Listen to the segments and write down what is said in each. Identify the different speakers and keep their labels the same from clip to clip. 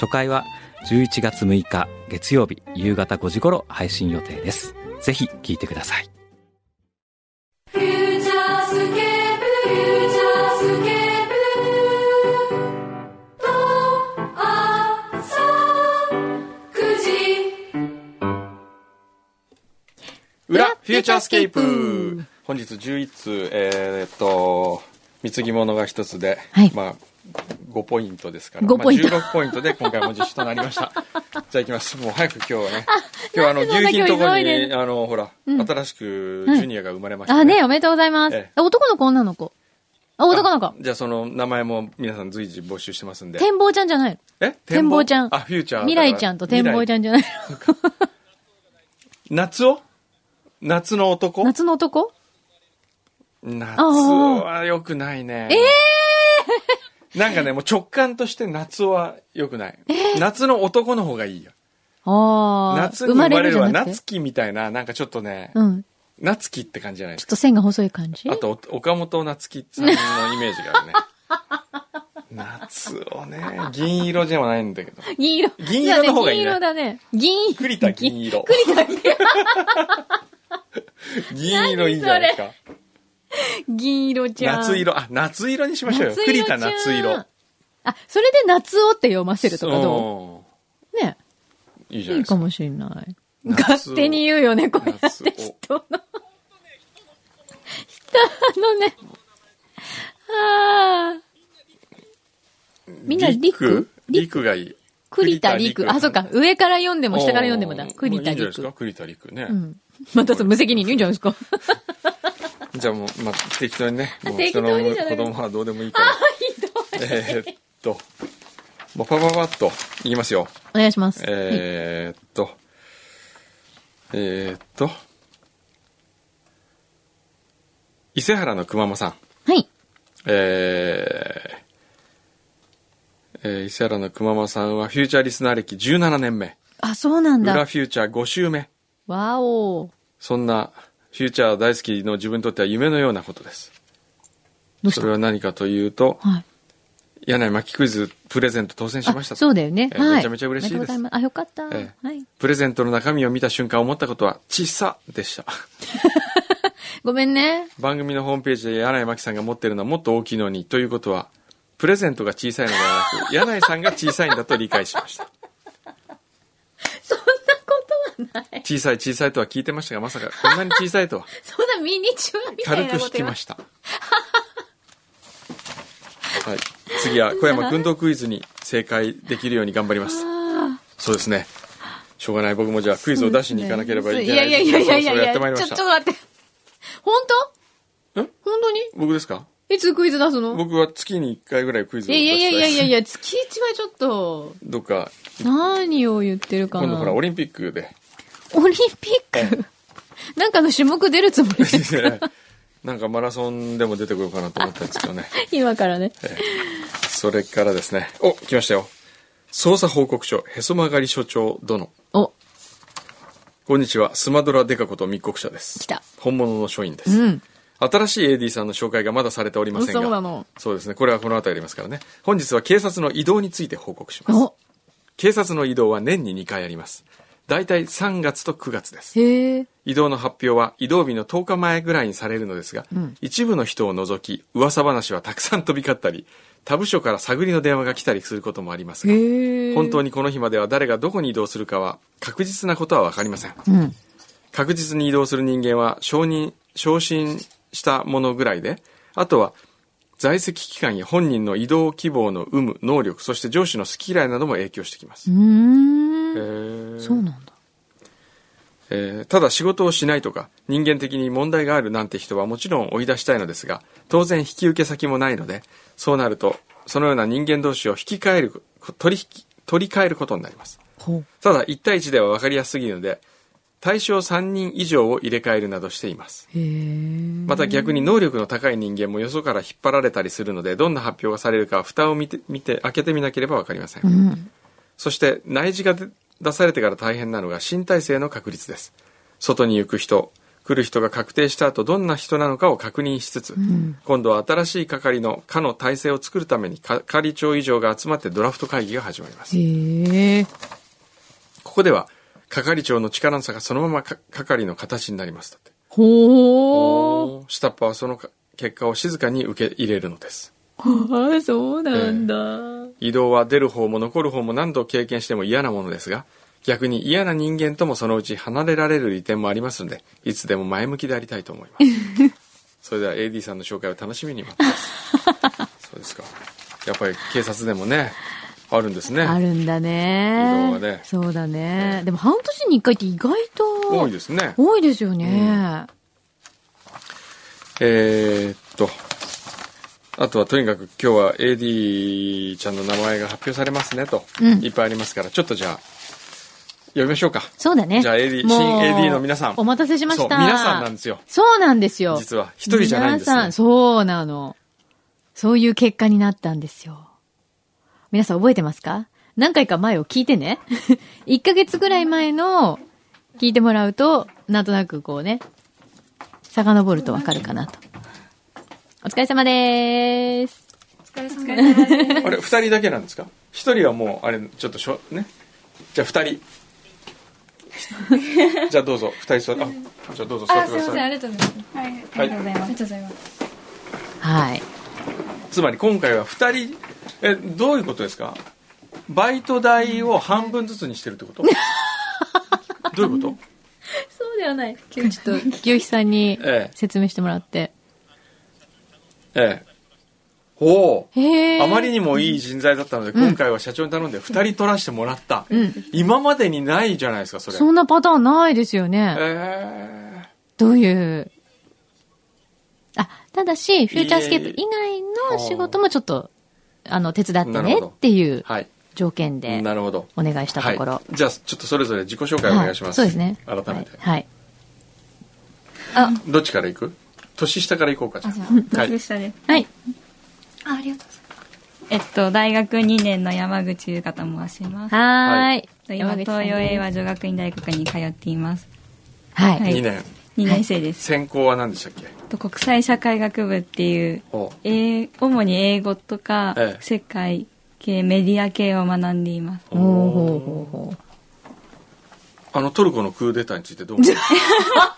Speaker 1: 初回は11月6日月曜日夕方5時頃配信予定ですぜひ聞いてください
Speaker 2: フューチャースケープフューチャースケープと朝9時
Speaker 3: 裏フューチャースケープ本日11通えーっと貢ぎ物が一つで、
Speaker 4: はい
Speaker 3: まあ5ポイントですから
Speaker 4: 5ポイント
Speaker 3: まあ、16ポイントで今回も実施となりま したじゃあ行きますもう早く今日はね今日はあの
Speaker 4: なんでそ
Speaker 3: 牛
Speaker 4: んな
Speaker 3: 皮のところに、
Speaker 4: 今日急いでん
Speaker 3: あのほら、
Speaker 4: うん
Speaker 3: 新しくジュニアが生まれました、
Speaker 4: あ、ねおめでとうございます。
Speaker 3: ええ
Speaker 4: あ男の子、女の子。あ、男の子。
Speaker 3: じゃあその名前も皆さん随時募集してますんで
Speaker 4: 展望ちゃんじゃないの
Speaker 3: え
Speaker 4: 展望ちゃん。
Speaker 3: あフューチャー
Speaker 4: 未来ちゃんと展望ち
Speaker 3: ん
Speaker 4: ゃんじゃない
Speaker 3: 夏を夏の男
Speaker 4: の。夏の男
Speaker 3: 夏は良くないね。ええ なんかね、もう直感として夏は良くない。夏の男の方がいいよ。
Speaker 4: ああ。
Speaker 3: 夏に生まれるは
Speaker 4: 生まれるじゃなく
Speaker 3: 夏希みたいな、なんかちょっとね
Speaker 4: て、うん。
Speaker 3: 夏希って感じじゃないで
Speaker 4: ち
Speaker 3: す
Speaker 4: ょっと線が細い感じ
Speaker 3: か。あと、お岡本夏希さんのイメージがあ るね。夏をね、銀色じゃないんだけど。
Speaker 4: 銀色。
Speaker 3: 銀色の方がいいね
Speaker 4: や銀色だね。銀色。
Speaker 3: 栗田銀 色。
Speaker 4: 栗田銀色。
Speaker 3: 銀色いいんじゃないですか。
Speaker 4: 銀色じゃん。
Speaker 3: 夏。色、あ、夏色にしましょうよ。
Speaker 4: 夏色
Speaker 3: 栗田
Speaker 4: じゃん
Speaker 3: 夏色。
Speaker 4: あ、それで夏をって読ませるとかど
Speaker 3: そう
Speaker 4: ね。
Speaker 3: ういいじゃないい
Speaker 4: い
Speaker 3: ですか
Speaker 4: か。もしれない。
Speaker 3: 夏を
Speaker 4: 勝手に言うよね、こうやって
Speaker 3: 夏を
Speaker 4: 人の。人のね。ああ。みんな陸
Speaker 3: 陸がいい。
Speaker 4: 栗田陸。あ、そっか。上から読んでも下から読んでもだ
Speaker 3: お。ー
Speaker 4: 栗田
Speaker 3: いいんじゃないです
Speaker 4: 陸
Speaker 3: か。栗田陸ね
Speaker 4: う。ん。またその無責任に言うんじゃないですか。
Speaker 3: じゃあもう、まあ、適当にね。もう
Speaker 4: 適当にじゃな
Speaker 3: 人
Speaker 4: い
Speaker 3: の子供はどうでもいいから。えーっと、もうパパパパッと言いますよ。
Speaker 4: お願いします。はい
Speaker 3: えーっと、えーっと、伊勢原の熊間さん。
Speaker 4: はい。
Speaker 3: えーえー伊勢原の熊間さんはフューチャーリスナー歴17年目。
Speaker 4: あ、そうなん
Speaker 3: 裏
Speaker 4: だ。
Speaker 3: フューチャー5週目。
Speaker 4: わお。
Speaker 3: そんなフューチャー大好きの自分にとっては夢のようなことです。
Speaker 4: どうし
Speaker 3: そ
Speaker 4: た
Speaker 3: れは何かというと、
Speaker 4: はい。
Speaker 3: 柳巻クイズプレゼント当選しました
Speaker 4: あそうだよね。
Speaker 3: えー
Speaker 4: はい。
Speaker 3: めちゃめちゃ嬉しいです
Speaker 4: ありがとうござますあ、よかった。は
Speaker 3: え
Speaker 4: い。
Speaker 3: プレゼントの中身を見た瞬間思ったことは、小さでした。
Speaker 4: ごめんね。
Speaker 3: 番組のホームページで柳巻さんが持ってるのはもっと大きいのに、ということは、プレゼントが小さいのではなく、柳井さんが小さいんだと理解しました。
Speaker 4: そんなことはない。
Speaker 3: 小さい小さいとは聞いてましたが、まさかこんなに小さいとは、
Speaker 4: そんなミニチュアみた
Speaker 3: 軽
Speaker 4: いな
Speaker 3: く
Speaker 4: こと
Speaker 3: 引きま
Speaker 4: し
Speaker 3: した。はい。次は小山君とクイズに正解できるように頑張ります。そうですね。しょうがない僕もじゃあクイズを出しに行かなければいけない。
Speaker 4: いやいやいやい
Speaker 3: そ
Speaker 4: やい
Speaker 3: ろそろや
Speaker 4: や
Speaker 3: ってまいりま
Speaker 4: ちょ、
Speaker 3: し
Speaker 4: ちょ
Speaker 3: た
Speaker 4: っと。待って。本当
Speaker 3: ん
Speaker 4: 本当に
Speaker 3: 僕ですか
Speaker 4: いつクイズ出すの
Speaker 3: 僕は月に1回ぐらいクイズ
Speaker 4: い
Speaker 3: を
Speaker 4: や
Speaker 3: 出した
Speaker 4: いや
Speaker 3: い
Speaker 4: い
Speaker 3: で
Speaker 4: や
Speaker 3: す
Speaker 4: いやいやいや、月一はちょっと、
Speaker 3: どっか、
Speaker 4: 何を言ってるかな。
Speaker 3: 今度ほら、オリンピックで。
Speaker 4: オリンピックなんかの種目出るつもり ですか
Speaker 3: なんかマラソンでも出てこようかなと思ったんですけど ね。
Speaker 4: 今からね。
Speaker 3: それからですね。お、来ましたよ。捜査報告書、へそ曲がり所長殿。
Speaker 4: お、
Speaker 3: こんにちは。スマドラデカこと密告者です。
Speaker 4: 来た
Speaker 3: 本物の書院です。
Speaker 4: うん。
Speaker 3: 新しい AD さんの紹介がまだされておりませんが。
Speaker 4: そうなの
Speaker 3: そうですね。これはこの後やりますからね。本日は警察の移動について報告します。
Speaker 4: お、
Speaker 3: 警察の移動は年に2回あります。大体3月と9月です。
Speaker 4: へえ。
Speaker 3: 移動の発表は移動日の10日前ぐらいにされるのですが、一部の人を除き噂話はたくさん飛び交ったり他部署から探りの電話が来たりすることもありますが
Speaker 4: へえ。
Speaker 3: 本当にこの日までは誰がどこに移動するかは確実なことは分かりません
Speaker 4: うん。
Speaker 3: 確実に移動する人間は承認昇進したものぐらいであとは在籍期間や本人の移動希望の有無能力そして上司の好き嫌いなども影響してきます、
Speaker 4: うーん。
Speaker 3: へー
Speaker 4: そうなんだ。
Speaker 3: えーただ仕事をしないとか人間的に問題があるなんて人はもちろん追い出したいのですが当然引き受け先もないのでそうなるとそのような人間同士を引き換える取引取り替えることになります。
Speaker 4: ほう。
Speaker 3: ただ、1対1では分かりやすすぎるので、対象3人以上を入れ替えるなどしています。
Speaker 4: へえ。
Speaker 3: また逆に能力の高い人間もよそから引っ張られたりするので、どんな発表がされるかは蓋を見て、見て、開けてみなければ分かりません。
Speaker 4: うん。
Speaker 3: そして内示が出出されてから大変なのが新体制の確率です。外に行く人、来る人が確定した後どんな人なのかを確認しつつ、今度は新しい係の課の体制を作るためにか係長以上が集まってドラフト会議が始まります。
Speaker 4: へえ。
Speaker 3: ここでは係長の力の差がそのままか係の形になります。だって
Speaker 4: ほう。
Speaker 3: 下っ端はそのか結果を静かに受け入れるのです。
Speaker 4: ああ、そうなんだ。
Speaker 3: 移動は出る方も残る方も何度経験しても嫌なものですが逆に嫌な人間ともそのうち離れられる利点もありますのでいつでも前向きでありたいと思います それでは AD さんの紹介を楽しみに待ってます そうですかやっぱり警察でもねあるんですね
Speaker 4: あるんだね。
Speaker 3: 移動はね
Speaker 4: そうだ
Speaker 3: ええ
Speaker 4: ね。でも半年に一回って意外と。
Speaker 3: 多いですね
Speaker 4: 多いですよね。
Speaker 3: えーっとあとはとにかく今日は AD ちゃんの名前が発表されますねと、
Speaker 4: うん
Speaker 3: いっぱいありますからちょっとじゃあ読みましょう か
Speaker 4: そうだね。
Speaker 3: じゃあ AD
Speaker 4: もう
Speaker 3: 新 AD の皆さん
Speaker 4: お待たせしました。
Speaker 3: そう皆さんなんですよ
Speaker 4: そうなんですよ。
Speaker 3: 実は一人じゃないんですね
Speaker 4: 皆さん、そうなの。そういう結果になったんですよ。皆さん覚えてますか何回か前を聞いてね。1ヶ月ぐらい前の聞いてもらうと、なんとなくこうね、遡るとわかるかなと。お疲れ様でーす。
Speaker 3: あれ二人だけなんですか一人はもうあれちょっとしょねじゃあ 二人じゃあどうぞ二人座ってあじゃあどうぞ座ってください
Speaker 5: りがとうございます。はい、ありがとうございます。ありがとうございます。
Speaker 4: はい。
Speaker 3: つまり今回は二人えどういうことですかバイト代を半分ずつにしてるって ことどういうこと
Speaker 4: そうではない。今日ちょっと、清ひさんに
Speaker 3: ええ
Speaker 4: 説明してもらって。
Speaker 3: ええおお
Speaker 4: へー
Speaker 3: あまりにもいい人材だったので、今回は社長に頼んで二人取らせてもらった、今までにないじゃないですかそれ
Speaker 4: そんなパターンないですよね。
Speaker 3: ええ
Speaker 4: どういう。あ、ただし、フューチャースケープ以外
Speaker 3: え
Speaker 4: の仕事もちょっと、あの、手伝って
Speaker 3: なるほ
Speaker 4: ね
Speaker 3: ど
Speaker 4: っていう
Speaker 3: はい
Speaker 4: 条件で
Speaker 3: なるほど
Speaker 4: お願いしたところ
Speaker 3: は。い、じゃあちょっとそれぞれ自己紹介お願いします、
Speaker 4: そうですね。
Speaker 3: 改めて、
Speaker 4: はい。
Speaker 3: どっちから行く年下から行こうかじゃあはい
Speaker 5: でしたね。
Speaker 4: はい。
Speaker 5: あ、ありがとうございます。えっと、大学2年の山口優香と申します。
Speaker 4: はーい。
Speaker 5: 今、
Speaker 4: 山口さん
Speaker 5: 東
Speaker 4: です
Speaker 5: 洋英和女学院大学に通っています。
Speaker 4: は。
Speaker 5: はいい
Speaker 3: 2年
Speaker 5: 2年生です。
Speaker 3: 専攻は何でしたっけ
Speaker 5: えっと国際社会学部っていう、
Speaker 3: おう
Speaker 5: 英主に英語とか、
Speaker 3: ええ
Speaker 5: 世界系、メディア系を学んでいます。
Speaker 4: ほうほうほうほう。
Speaker 3: あのトルコのクーデターについてどう思う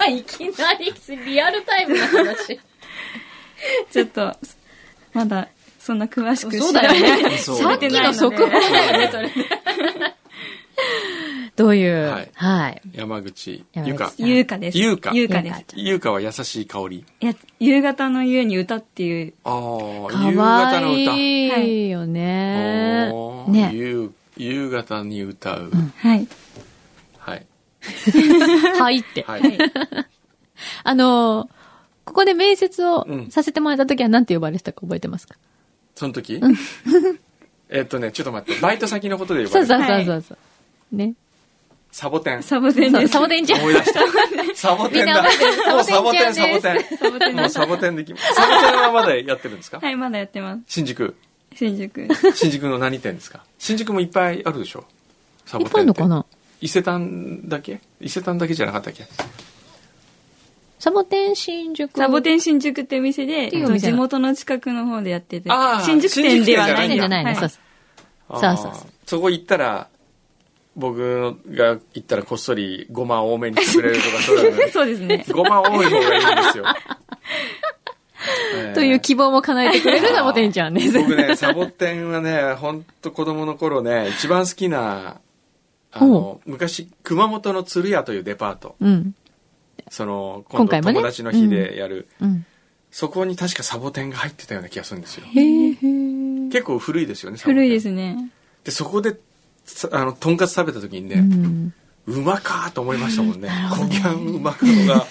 Speaker 4: あ、 いきなりリアルタイムな話。
Speaker 5: ちょっと、まだ、そんな詳しく
Speaker 4: そうだよね。
Speaker 3: そ
Speaker 4: さ
Speaker 3: うだ
Speaker 4: っきの速報だよね、それね。 どういう。
Speaker 3: はい
Speaker 4: はい。
Speaker 3: 山口
Speaker 4: 山口
Speaker 3: ゆか
Speaker 4: さん
Speaker 5: 優香です。
Speaker 3: 優香
Speaker 5: 優香です。
Speaker 3: ゆかは優しい香り
Speaker 5: いや、夕方の夕に歌っていう、
Speaker 3: ああ
Speaker 4: か
Speaker 3: 夕
Speaker 4: わ
Speaker 3: 方の歌
Speaker 4: いいよね。
Speaker 3: おー
Speaker 4: ね。
Speaker 3: 夕夕方に歌う、
Speaker 5: はい。
Speaker 3: はい
Speaker 4: はいって。
Speaker 3: はい、
Speaker 4: あのー、ここで面接を
Speaker 3: うん
Speaker 4: させてもらった時は何て呼ばれてたか覚えてますか、
Speaker 3: その時 えっとねちょっと待ってバイト先のことで呼ば
Speaker 4: そ
Speaker 3: れ
Speaker 4: う
Speaker 3: て
Speaker 4: そう
Speaker 5: は
Speaker 4: そう
Speaker 5: い
Speaker 4: そうそう。ね。
Speaker 3: サボテン
Speaker 5: サボテン
Speaker 4: そう
Speaker 5: です。
Speaker 4: サボテンちゃん。
Speaker 3: 思い出 した。サボテンだ。もうサボテン、サボテ
Speaker 5: サボテ
Speaker 3: ン。
Speaker 5: ン
Speaker 3: もう
Speaker 5: です
Speaker 3: サボテンできます。サボテンはまだやってるんですか
Speaker 5: はい、まだやってます。
Speaker 3: 新宿。
Speaker 5: 新宿。
Speaker 3: 新宿の何店ですか新宿もいっぱいあるでしょサ
Speaker 4: い
Speaker 3: ボテン
Speaker 4: っぱいあるのか
Speaker 3: って
Speaker 4: な
Speaker 3: 伊勢丹だけ伊勢丹だけじゃなかったっけ
Speaker 4: サボテン新宿。
Speaker 5: サボテ
Speaker 4: ン。
Speaker 5: ン新宿っていう店で、
Speaker 4: ていうお店な
Speaker 5: 地
Speaker 4: の
Speaker 5: 元の近くの方でやってて
Speaker 3: あー、
Speaker 5: 新宿店ではない
Speaker 4: じゃない
Speaker 5: は
Speaker 4: の。
Speaker 5: い
Speaker 4: そうそう。
Speaker 3: あ
Speaker 4: そ
Speaker 3: ー
Speaker 4: うそうそう
Speaker 3: そこ行ったら、僕が行ったらこっそりごま多めにしてくれるとか、そう いうのね
Speaker 5: そうですね。
Speaker 3: ごま多い方がいいんですよ。えー
Speaker 4: という希望も叶えてくれるサボテンちゃんです。
Speaker 3: 僕ね、サボテンはね、ほんと子供の頃ね、一番好きな、あの
Speaker 4: ほ、
Speaker 3: 昔、熊本の鶴屋というデパート、
Speaker 4: うん。
Speaker 3: その、今
Speaker 4: 今
Speaker 3: 度
Speaker 4: 回もね
Speaker 3: 友達の日でやる、
Speaker 4: うん。
Speaker 3: そこに確かサボテンが入ってたような気がするんですよ。
Speaker 4: へーへー
Speaker 3: 結構古いですよね、サボテン
Speaker 5: 古いですね。
Speaker 3: で、そこで、さあの、とんかつ食べた時にね、
Speaker 4: うん。
Speaker 3: うまかと思いましたもんね。こぎゃんうまくのが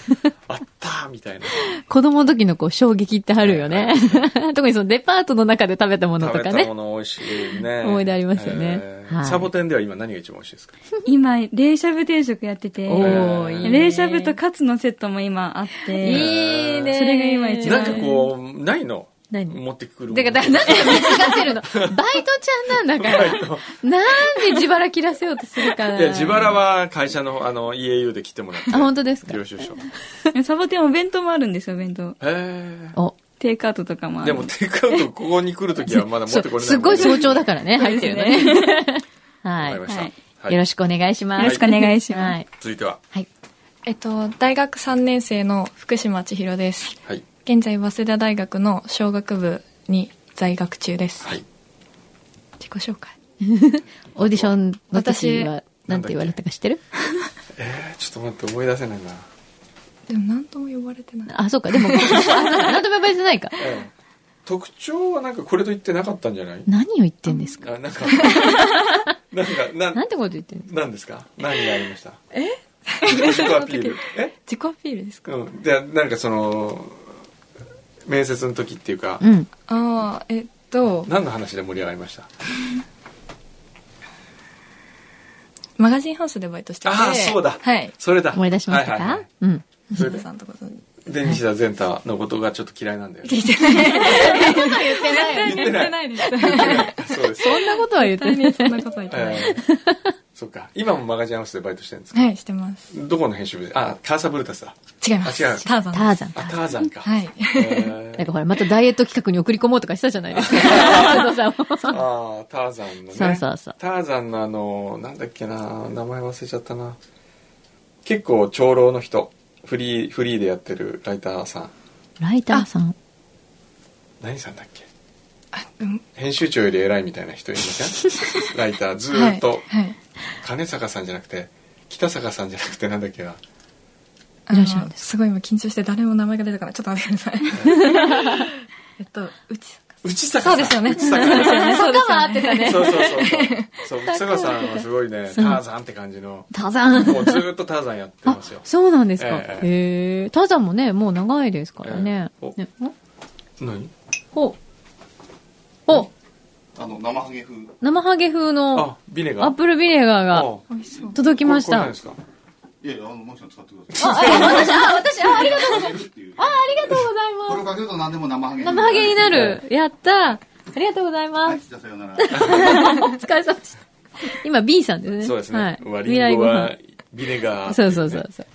Speaker 3: あったみたいな。
Speaker 4: 子供の時のこう衝撃ってあるよね。 特にそのデパートの中で食べたものと
Speaker 3: 食
Speaker 4: か
Speaker 3: べ
Speaker 4: ね
Speaker 3: たも。の美味しいね。
Speaker 4: 思い出ありますよね
Speaker 3: えー
Speaker 4: はい
Speaker 3: サボテンでは今何が一番美味しいですか
Speaker 5: 今、冷しゃぶ定食やってて、
Speaker 4: おー、いいね。
Speaker 5: 冷しゃぶとカツのセットも今あって、
Speaker 4: いいね。
Speaker 5: それが今一番
Speaker 3: なんかこう、ないの
Speaker 4: 何
Speaker 3: 持ってくるもの
Speaker 4: だから、なんで見つか せるのバイトちゃんなんだから。なんで自腹切らせようとするかな。
Speaker 3: いや、自腹は会社の、あの、EAU で切ってもらって。
Speaker 4: あ、本当ですか
Speaker 3: 領収書。へ
Speaker 5: サボテンお弁当もあるんですよ、弁当。
Speaker 3: え。
Speaker 4: お、
Speaker 5: テイクアウトとかもある。
Speaker 3: でも、テイクアウトここに来るときはまだ持ってこれない。
Speaker 4: すごい早朝だからね、入ってるのね。 は
Speaker 3: わか
Speaker 4: い
Speaker 3: りまし。た。
Speaker 5: は
Speaker 3: はいい
Speaker 4: よろしくお願いします。
Speaker 5: よろしくお願いします
Speaker 4: はい。
Speaker 3: 続いては、
Speaker 4: はい。
Speaker 6: えっと、大学3年生の福島千尋です。
Speaker 3: はい。
Speaker 6: 現在、早稲田大学の商学部に在学中です。
Speaker 3: はい。
Speaker 6: 自己紹介。
Speaker 4: オーディションの時は、なんて言われたか知ってる
Speaker 3: えーちょっと待って、思い出せないな。
Speaker 6: でも、何とも呼ばれてない。
Speaker 4: あ、そうか、でも、あなんとも呼ばれてないか。
Speaker 3: ええ特徴はなんかこれと言ってなかったんじゃない
Speaker 4: 何を言ってんですか
Speaker 3: あ、なん か、なんか、なん
Speaker 4: なんてこと言ってんの
Speaker 3: なんですか何がありましたえ自己アピール。え
Speaker 6: 自己アピールですか
Speaker 3: うん。で、なんかその、面接の時っていうか、
Speaker 4: うん。
Speaker 6: ああ、えっと、
Speaker 3: 何の話で盛り上がりました
Speaker 6: マガジンハウスでバイトしてて。
Speaker 3: ああ、そうだ。
Speaker 6: はい。
Speaker 3: それだ。
Speaker 4: 思い出しました
Speaker 3: はいはいは
Speaker 4: か
Speaker 3: い
Speaker 4: うん。
Speaker 3: それ
Speaker 6: 西
Speaker 3: で
Speaker 6: 田さんとことに。
Speaker 3: で、西田善太のことがちょっと嫌いなんだ よね。
Speaker 4: 言ってないよね。
Speaker 3: 言ってない。
Speaker 6: ないです。
Speaker 3: そうです。
Speaker 4: そんなことは言ってない。
Speaker 6: そんなことは言ってない。
Speaker 3: えーそっか。今もマガジンハウスでバイトしてるんですか
Speaker 6: はい、してます。
Speaker 3: どこの編集部であ、カーサブルタスだ。
Speaker 6: 違います。
Speaker 3: あ違う
Speaker 6: ターザン
Speaker 4: タ
Speaker 6: です。
Speaker 4: ーザン。
Speaker 3: あ、ターザンか。
Speaker 6: はい。
Speaker 3: えー
Speaker 4: なんかほら、またダイエット企画に送り込もうとかしたじゃな いですか。加藤さんも
Speaker 3: ああ、ターザンのね。
Speaker 4: そうそうそう
Speaker 3: ターザンのあの、なんだっけな、名前忘れちゃったな。結構長老の人、フリー、フリーでやってるライターさん。
Speaker 4: ライターさん。
Speaker 3: 何さんだっけ
Speaker 6: あうん
Speaker 3: 編集長より偉いみたいな人いませ んライター、ずーっと、
Speaker 6: はい。はい
Speaker 3: 金坂さんじゃなくて、北坂さんじゃなくてなんだっ けな。
Speaker 6: あ
Speaker 4: いら
Speaker 6: の
Speaker 4: っしゃるんです
Speaker 6: ごい今緊張して誰も名前が出てこないちょっと待ってください えっとうち
Speaker 3: 内坂さん。
Speaker 6: そうですよね
Speaker 3: 内坂さん。
Speaker 6: そうですよね
Speaker 3: そうそうそうそう。そう、 内坂さんはすごいね、ターザンって感じの、
Speaker 4: ターザン。
Speaker 3: もうずーっとターザンやって
Speaker 4: あ
Speaker 3: ますよ、。
Speaker 4: そうなんですか。
Speaker 3: え
Speaker 4: へえ。ターザンもね、もう長いですからね
Speaker 3: ええお。
Speaker 4: ねお
Speaker 3: 何
Speaker 4: ほう。お
Speaker 7: あの、生ハゲ風。
Speaker 4: 生ハゲ風の
Speaker 3: あ、ビネ
Speaker 4: ア
Speaker 3: が。
Speaker 4: ップルビネガー
Speaker 3: お
Speaker 4: が
Speaker 3: う
Speaker 6: 美味しそう
Speaker 4: 届きまし
Speaker 3: これこれ何で。
Speaker 4: た
Speaker 3: すか
Speaker 7: いやいや、あの、マキさん使ってください。
Speaker 4: あ、え私、あ、私、あ、ありがとう。
Speaker 7: 生ハゲっていう。
Speaker 4: あ、ありがとうござい
Speaker 7: こ
Speaker 4: ま
Speaker 7: れをかけると何でも生ハゲ
Speaker 4: す。生ハゲになる。
Speaker 7: る。
Speaker 4: やった。ありがとうござい
Speaker 7: は
Speaker 4: ま
Speaker 7: い、
Speaker 4: す。
Speaker 7: じゃあさようなら。
Speaker 4: お疲れ様でした。今 B さんですね。
Speaker 3: そうです
Speaker 4: はい
Speaker 3: ね。割
Speaker 4: 未
Speaker 3: り
Speaker 4: 来
Speaker 3: んご
Speaker 4: ご飯
Speaker 3: は。ビネガー。
Speaker 4: そうそうそう。そう。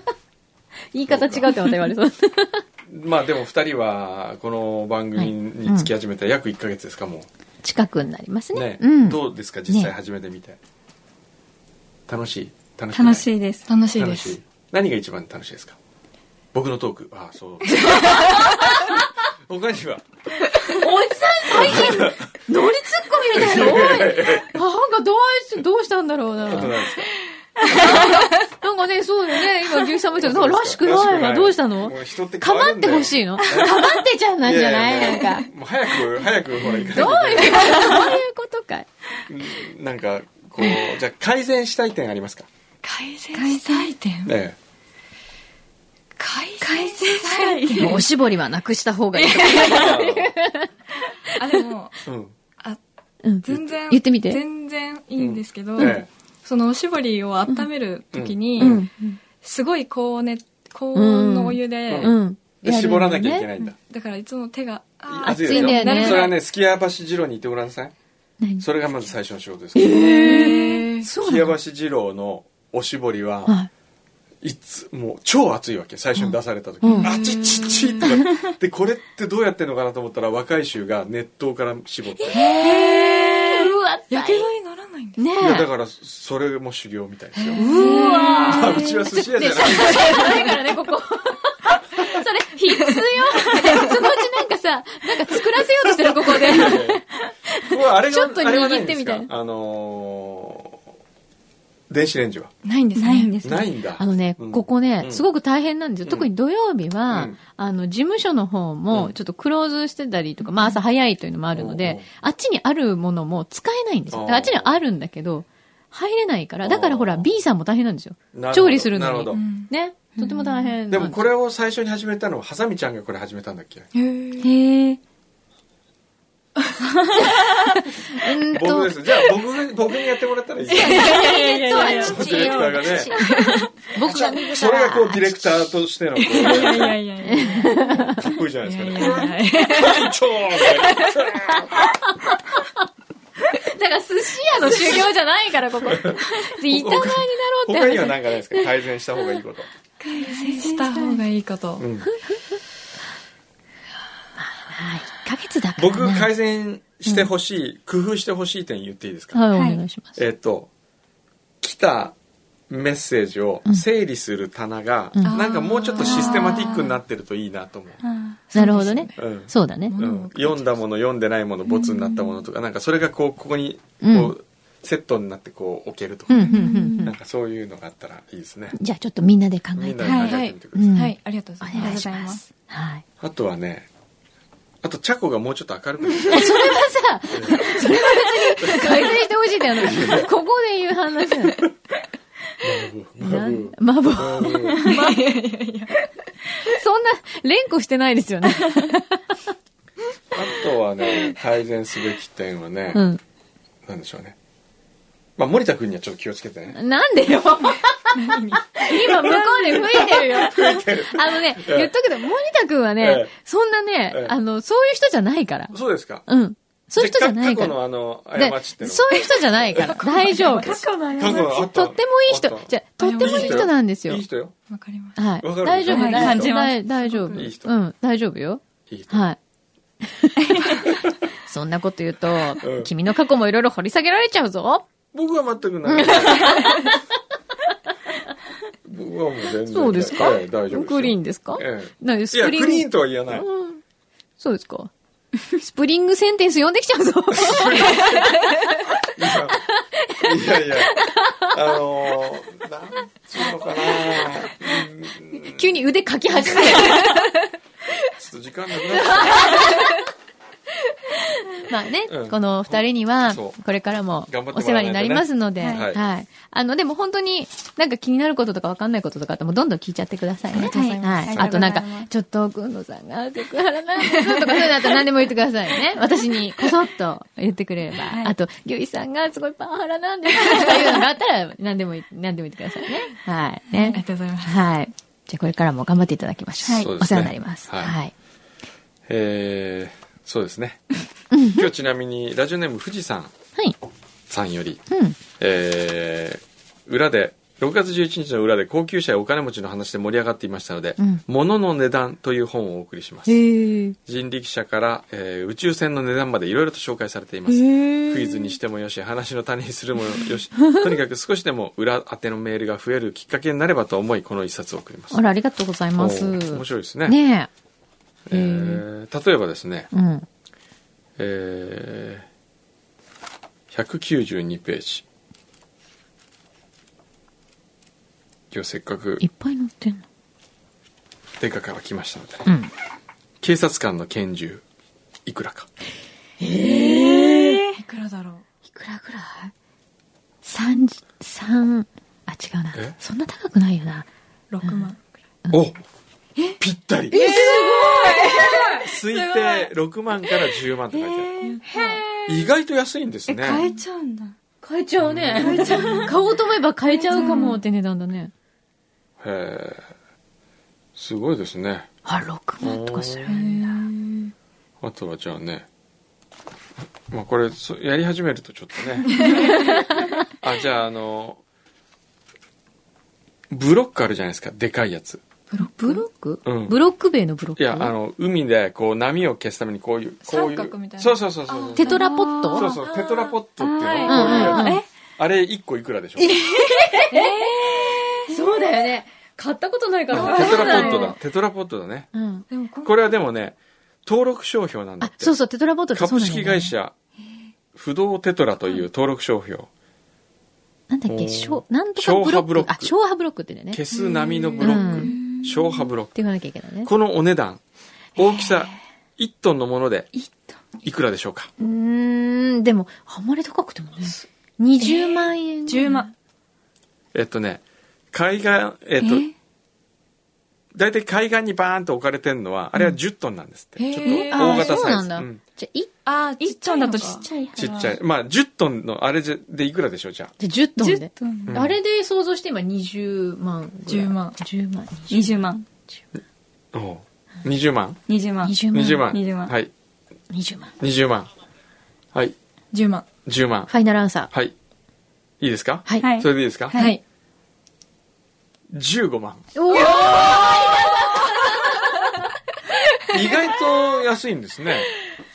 Speaker 4: 言い方違うってまた言われそう。
Speaker 3: まあでも二人は、この番組に付き始めて約1ヶ月ですか、も
Speaker 4: 近くになります
Speaker 3: う。
Speaker 4: ね
Speaker 3: ね。。
Speaker 4: うん。
Speaker 3: どうですか、実際
Speaker 4: ね
Speaker 3: 始めてみて。楽しい楽しくない
Speaker 5: 楽しいです。
Speaker 6: 楽しいで
Speaker 3: 楽し
Speaker 6: す
Speaker 3: い。何が一番楽しいですか僕のトーク。ああ、 そう。他には。
Speaker 4: おじさん最近、ノリツッコミみ たいなの多い。なんかどうし、どうしたんだろうな。
Speaker 3: あと何ですか
Speaker 4: なんかね、そうだよね。今、牛さんも言ってたらしくないわ。どうしたの
Speaker 3: もう人って
Speaker 4: か
Speaker 3: 変
Speaker 4: ま
Speaker 3: わる
Speaker 4: っ
Speaker 3: ん
Speaker 4: て
Speaker 3: だよ
Speaker 4: ほしいのかまってちゃんなんじゃない
Speaker 3: や
Speaker 4: なん
Speaker 3: やや
Speaker 4: か。
Speaker 3: もう早く、早く、ほら、行か
Speaker 4: どう
Speaker 3: ない
Speaker 4: いう、そういうことか。
Speaker 3: となんか、こ う、じゃあ改善したい点ありますか
Speaker 6: 改善したい点
Speaker 3: え
Speaker 6: 改善したい点
Speaker 4: もうおしぼりはなくした方がいいとか。
Speaker 6: あでも
Speaker 3: え。うん。
Speaker 6: あ
Speaker 4: うん。
Speaker 6: 全然
Speaker 4: 言ってみて
Speaker 6: 全然いいんですけど、
Speaker 3: ええ。
Speaker 6: そのおしぼりを温める時に、
Speaker 4: うん。
Speaker 6: すごい高熱高温のお湯で、
Speaker 4: うん。
Speaker 3: で、
Speaker 4: やる
Speaker 3: 絞
Speaker 4: のね
Speaker 3: らなきゃいけないんだ。
Speaker 6: だからいつも手があ
Speaker 4: 熱いんだよね
Speaker 3: それはね、すき家橋二郎に行ってごらんなさい。
Speaker 4: 何
Speaker 3: それがまず最初の仕事です。す
Speaker 4: へーそう
Speaker 3: き家
Speaker 4: なの
Speaker 3: 橋二郎のおしぼり
Speaker 4: は
Speaker 3: は、
Speaker 4: い。
Speaker 3: いつ、もう超熱いわけ。最初に出された時。
Speaker 4: うん
Speaker 3: あちっちっちってなって。で、これってどうやってんのかなと思ったら、若い衆が熱湯から絞って。いう
Speaker 4: わ、
Speaker 6: やけどにならないんです
Speaker 4: ね
Speaker 3: や、
Speaker 4: え
Speaker 3: だ。から、それも修行みたいですよ。
Speaker 4: うわ
Speaker 3: あうちは寿司屋じゃない。
Speaker 4: だからね、ここ。それ、必須よ。そのうちなんかさ、なんか作らせようとしてる、ここで。
Speaker 3: うわあれが
Speaker 4: ちょっと握って
Speaker 3: あれはないんですか
Speaker 4: みたいな
Speaker 3: あのー電子レンジは
Speaker 6: ないんですね
Speaker 5: ないんです。
Speaker 3: ないんだ
Speaker 4: あのね、
Speaker 3: うん
Speaker 4: ここね、
Speaker 3: うん
Speaker 4: すごく大変なんですよ。特に土曜日は、
Speaker 3: うん
Speaker 4: あの、事務所の方
Speaker 3: う
Speaker 4: も、
Speaker 3: ん
Speaker 4: ちょっとクローズしてたりとか、まあ朝早いというのもあるの
Speaker 3: おうおう、
Speaker 4: であっちにあるものも使えないんですよ。
Speaker 3: あー
Speaker 4: だからあっちにはあるんだけど、入れないから、だからほら、
Speaker 3: あー
Speaker 4: B さんも大変なんですよ
Speaker 3: なるほど。
Speaker 4: 調理するの
Speaker 3: な
Speaker 4: に。
Speaker 3: るほど
Speaker 4: ね。とても大変なん
Speaker 3: ですもこれを最初に始めたのはハサミちゃんがこれ始めたんだっけ
Speaker 5: へえ。
Speaker 4: うーん
Speaker 3: 僕
Speaker 4: と
Speaker 3: で、すじゃあ僕が僕にやってもらったらいいですか
Speaker 4: 実
Speaker 3: ディレ
Speaker 4: は
Speaker 3: クターがね
Speaker 4: 僕が見るか
Speaker 3: それが
Speaker 4: ら
Speaker 3: こうディレクターとしてのこ
Speaker 5: いや
Speaker 3: う
Speaker 5: いやいやいや。
Speaker 3: かっこいいじゃないですかね
Speaker 5: いやいやいや
Speaker 3: はいちょーみたいな
Speaker 4: だから寿司屋の修行じゃないから、ここ。いたまにだろうって
Speaker 3: 他には何
Speaker 4: 話。
Speaker 3: かないですか改善した方がいいこと
Speaker 6: した方がいいかと。
Speaker 3: うん
Speaker 4: 1ヶ月だから
Speaker 3: 僕
Speaker 4: ね。
Speaker 3: 改善してほしい工夫してほしい点言っていいですか
Speaker 4: はい、お
Speaker 5: はい
Speaker 4: 願いします。
Speaker 3: えっと来たメッセージを整理する棚が
Speaker 4: うん
Speaker 3: なんかもうちょっとシステマティックになってるといいなと思う
Speaker 5: あー
Speaker 4: なるほどね。
Speaker 3: うん
Speaker 4: そうだね。
Speaker 3: うん、読んだもの読んでないものボツになったものとかなんかそれがこうここにこう、
Speaker 4: うん
Speaker 3: セットになってこう置けると
Speaker 4: う
Speaker 3: か、
Speaker 4: ん、うん、うんう
Speaker 3: なん
Speaker 4: ん。
Speaker 3: かそういうのがあったらいいですね、
Speaker 4: じゃあちょっとみんなで考
Speaker 3: み
Speaker 4: え
Speaker 3: ん
Speaker 4: て。
Speaker 3: な
Speaker 4: は
Speaker 3: で考えてみてください、
Speaker 4: うん
Speaker 6: はい、ありがとうござい
Speaker 4: お願
Speaker 6: ま
Speaker 4: い
Speaker 6: す。
Speaker 4: します。はい。
Speaker 3: あとはねあとチャコがもうちょっと明るくなる
Speaker 4: 改善してほしいってあの、ここで言う話だね。なんマボ。そ んな、連呼してないですよ
Speaker 3: あ
Speaker 4: ね。
Speaker 3: とは ね改善すべき点はね、
Speaker 4: うん。
Speaker 3: なんでしょうねまあ森田君にはちょっと気をつけてね
Speaker 4: なんでよ今向こうで吹いてるよ。あのね、言っとくけど、森田くんは
Speaker 3: え
Speaker 4: ね
Speaker 3: え、
Speaker 4: そんなね
Speaker 3: ええ、
Speaker 4: あの、そういう人じゃないから。
Speaker 3: そうですか
Speaker 4: うん。そういう人じゃないか
Speaker 3: 過去
Speaker 4: ら。
Speaker 3: のあの
Speaker 4: で
Speaker 3: 過ちってのは
Speaker 4: そういう人じゃな いから。大丈夫。
Speaker 3: 過去のあった
Speaker 4: とってもいい人
Speaker 3: あっ。た
Speaker 4: じゃあとってもいい人なんですよ
Speaker 3: いい。人よ
Speaker 6: わかりまし
Speaker 4: はい
Speaker 3: わか。る
Speaker 4: 大丈夫。
Speaker 3: はい
Speaker 4: 大
Speaker 5: 感じます
Speaker 4: 大大丈夫。
Speaker 3: いい人
Speaker 4: うん、大丈夫よ。
Speaker 3: いい人
Speaker 4: はい。 そんなこと言うと、
Speaker 3: うん
Speaker 4: 君の過去もいろいろ掘り下げられちゃうぞ。
Speaker 3: 僕は全くない 僕はもう全然
Speaker 4: そうですか、
Speaker 3: ええ大丈夫ですよ
Speaker 4: クリーンですか、
Speaker 3: ええ
Speaker 4: なんで
Speaker 3: い
Speaker 4: ス
Speaker 3: や、
Speaker 4: プ
Speaker 3: ク
Speaker 4: リング
Speaker 3: リーンとは言わない。
Speaker 4: そうですか。スプリングセンテンス読んできちゃうぞ。
Speaker 3: いやいや、あのー、なんつうのかな
Speaker 4: 急に腕かき始める。
Speaker 3: ちょっと時間なくなっちゃっ
Speaker 4: まあね、
Speaker 3: うん
Speaker 4: この二人には
Speaker 3: そう、
Speaker 4: これからも
Speaker 3: 頑張ってもらわないとね
Speaker 4: お世話になりますので、
Speaker 3: は
Speaker 4: はいい、あの、でも本当になんか気になることとかわかんないこととかあってもどんどん聞いちゃってくださいね。
Speaker 5: とうございます
Speaker 4: はい。
Speaker 5: はい
Speaker 4: あとなんか
Speaker 5: ありがとうございま、す
Speaker 4: ちょっと、くんのさんがセクハラなんですとかそういうのあったら何でも言ってくださいね。私にこそっと言ってくれれば。
Speaker 5: はい
Speaker 4: あと、ぎゅいさんがすごいパワハラなんですとかいうのがあったら何でもい、何でも言ってくださいね。はい。ね。
Speaker 6: ありがとうございます。
Speaker 4: はい。じゃあこれからも頑張っていただきましょう。
Speaker 3: そうで
Speaker 4: お
Speaker 3: す
Speaker 4: 世
Speaker 3: ね
Speaker 4: 話になります。
Speaker 3: は
Speaker 4: はいい。
Speaker 3: た。えー、そうですね。今日ちなみに、ラジオネーム富士山
Speaker 4: はい。
Speaker 3: さんより、
Speaker 4: うん。
Speaker 3: えー、裏で、6月11日の裏で高級車やお金持ちの話で盛り上がっていましたので、
Speaker 4: うん
Speaker 3: 物の値段という本をお送りします。
Speaker 4: へえ。
Speaker 3: 人力車から、えー宇宙船の値段までいろいろと紹介されています。クイズにしてもよし、話の種にするもよ し、とにかく少しでも裏宛てのメールが増えるきっかけになればと思い、この一冊を送ります。
Speaker 4: あら、ありがとうございます。
Speaker 3: おー面白いですね。
Speaker 4: ね
Speaker 3: えー例えばですね、
Speaker 4: え。うん。
Speaker 3: えー192ページ。今日せっかく
Speaker 4: いっぱい載ってんの。
Speaker 3: デカから来ましたので、
Speaker 4: うん。
Speaker 3: 警察官の拳銃、いくらか。
Speaker 6: いくらだろう。
Speaker 4: いくらぐらい三、三、あ、違うな
Speaker 3: え。
Speaker 4: そんな高くないよな。
Speaker 6: 六万くら
Speaker 3: お
Speaker 6: い。
Speaker 3: ぴったりすごい推定6万から10万って書いてある、意外と安いんです
Speaker 5: 変え
Speaker 3: ね
Speaker 5: ちゃうんだ。
Speaker 4: 買えちゃうね。買えちゃう。買おうと思えば買えちゃうかもって値段だね。
Speaker 3: へえすごいですね
Speaker 4: あ、6万とかする。
Speaker 3: あとはじゃあねまあこれそやり始めるとちょっとね あじゃああのブロックあるじゃないですかでかいやつ
Speaker 4: ブロック
Speaker 3: うん
Speaker 4: ブロック塀のブロ
Speaker 3: い
Speaker 4: ック
Speaker 3: やあの海でこう波を消すためにこういうこういう
Speaker 6: 三角みたいな
Speaker 3: そうそうそうそうそう
Speaker 4: テトラポット
Speaker 3: そうそうテトラポットっていうのをこういう
Speaker 4: うんうんうん
Speaker 3: やつあれ1個いくらでしょう
Speaker 4: そうだよね。買ったことないか
Speaker 3: テトラポットだ。テトラポットだね。
Speaker 4: うん。
Speaker 6: でも今
Speaker 3: これはでもね、登録商標なんだっ
Speaker 4: あ
Speaker 3: て。、
Speaker 4: そうそう、テトラポットってそう
Speaker 3: 株
Speaker 4: なんだよ
Speaker 3: 式
Speaker 4: ね
Speaker 3: 会。社、不動テトラという登録商標、
Speaker 4: なんだっ
Speaker 3: おー
Speaker 4: け、しょう、なんとかブロック。
Speaker 3: 昭和ブロック
Speaker 4: あ、昭和ブロックって言うんだよね。
Speaker 3: 消
Speaker 4: っ
Speaker 3: す波のブロッ
Speaker 4: う
Speaker 3: ク、消波ブロッ
Speaker 4: て言わなきゃいけないね
Speaker 3: ク。。このお値段、大きさ1トンのもので、いくらでしょうか
Speaker 4: うーん、でも、あんまり高くてもね。 20万円。
Speaker 5: 10万。
Speaker 3: えっとね、海岸、えっと、大体海岸にバーンと置かれてるのは、あれは10トンなんですって。
Speaker 6: へー
Speaker 3: ちょっ
Speaker 4: え。
Speaker 3: と
Speaker 4: あ
Speaker 3: 大
Speaker 4: あ、
Speaker 3: 型
Speaker 4: そう
Speaker 3: サイ
Speaker 4: な
Speaker 3: ズ。
Speaker 4: んだ
Speaker 3: うん。
Speaker 4: じゃ、い、
Speaker 5: ああ、1トンだとちっちゃい。
Speaker 3: ちっちゃい。まあ、10トンのあれじゃでいくらでしょう、じゃあ。
Speaker 4: じゃあ10トン
Speaker 5: 10
Speaker 4: で。
Speaker 5: トン。
Speaker 3: ん
Speaker 4: あれで想像して今20万ぐらい。
Speaker 6: 10万
Speaker 4: 10万。
Speaker 5: 20万。
Speaker 3: おう20万
Speaker 5: 20万。
Speaker 4: 20
Speaker 3: 20万
Speaker 4: 万。
Speaker 5: 20万
Speaker 3: はい
Speaker 4: 20万。
Speaker 3: 20万はい
Speaker 6: 10万。
Speaker 3: 10万
Speaker 4: ファイナルアンサー。
Speaker 3: はいいいですか
Speaker 4: はい。
Speaker 5: はい
Speaker 3: それでいいですか
Speaker 5: はい
Speaker 4: はい。
Speaker 3: 15万
Speaker 4: お
Speaker 3: 意
Speaker 4: お
Speaker 3: 外と安いんですね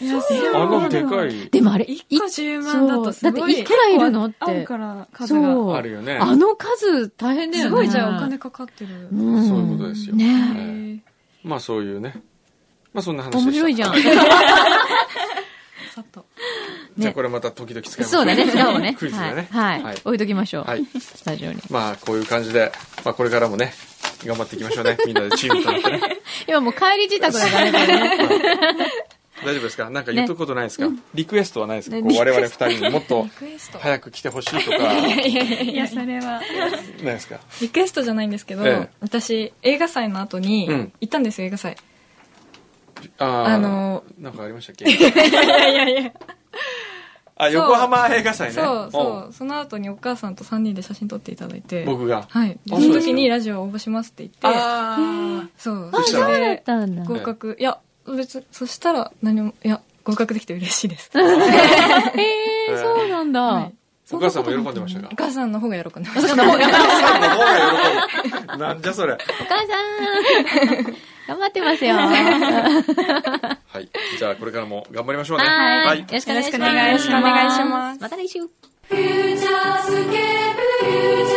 Speaker 5: 安い
Speaker 3: あのでかい
Speaker 4: でもあれ、
Speaker 6: 1個10万だとす
Speaker 4: そうだ
Speaker 6: ご
Speaker 4: ってい
Speaker 6: い
Speaker 4: く。らいるのっ
Speaker 5: ある
Speaker 4: て。
Speaker 5: から、数が。
Speaker 4: そう。
Speaker 3: あるよね
Speaker 4: あの数大変だよね。
Speaker 6: すごいじゃあお金かかってる。
Speaker 4: うん。
Speaker 3: そういうことですよ
Speaker 4: ね
Speaker 3: ええ
Speaker 6: へ
Speaker 3: まあそういうねまあそんな話でした
Speaker 4: 面白いじゃん。
Speaker 6: えさっと。
Speaker 3: じゃあこれまた時々使います
Speaker 4: そう だね、使おうね。
Speaker 3: クイズだね
Speaker 4: はい。はい。置いときましょう。
Speaker 3: はい
Speaker 4: スタジオに。
Speaker 3: まあこういう感じでまあこれからもね頑張っていきましょうねみんなでチームとなってね
Speaker 4: 今もう帰り自宅だからね。
Speaker 3: 大丈夫ですかなんか言っとくことないですかリクエストはないですかこう我々二人にもっと
Speaker 6: リクエスト。
Speaker 3: 早く来てほしいとかない
Speaker 5: いや、それは。
Speaker 3: ですか
Speaker 6: リクエストじゃないんですけど、
Speaker 3: ええ
Speaker 6: 私、映画祭の後に
Speaker 3: うん
Speaker 6: 行ったんですよ、映 画祭。
Speaker 3: あー
Speaker 6: あの、
Speaker 3: なんかありましたっけ
Speaker 6: いやいやいや。
Speaker 3: あ、横浜映画祭ね。
Speaker 6: そうそ
Speaker 3: ん
Speaker 6: うその後にお母さんと3人で写真撮っていただいて
Speaker 3: 僕が。
Speaker 6: はい
Speaker 3: あ
Speaker 6: そ
Speaker 3: そうで
Speaker 6: の
Speaker 3: すか
Speaker 6: 時にラジオ応募しますって言って
Speaker 3: あ
Speaker 6: そう
Speaker 3: そしたら
Speaker 4: そうだっ
Speaker 6: で
Speaker 4: たんだ。
Speaker 6: 合格いや別にそしたら何もいや合格できて嬉しいです
Speaker 4: えー、そうなんだ。
Speaker 3: お母さんも喜んでましたか
Speaker 6: お母さんの方が喜んでま
Speaker 4: お
Speaker 6: し
Speaker 4: 母さん
Speaker 6: た
Speaker 4: の方
Speaker 3: お
Speaker 4: が
Speaker 3: 母さんの方が喜ぶ。なんじゃそれ。
Speaker 4: お母 さん頑張ってますよ。は
Speaker 3: はい。じゃあこれからも頑張りましょうね。
Speaker 4: ーい。よろしくお願いします。
Speaker 5: よろしくお願いします
Speaker 4: また来週。
Speaker 2: フューチャースケープフューチ